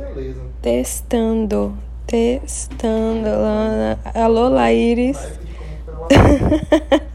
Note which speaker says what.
Speaker 1: beleza.
Speaker 2: Testando. Testando, Lana. Alô, Laíris.
Speaker 1: Live de como foi lá.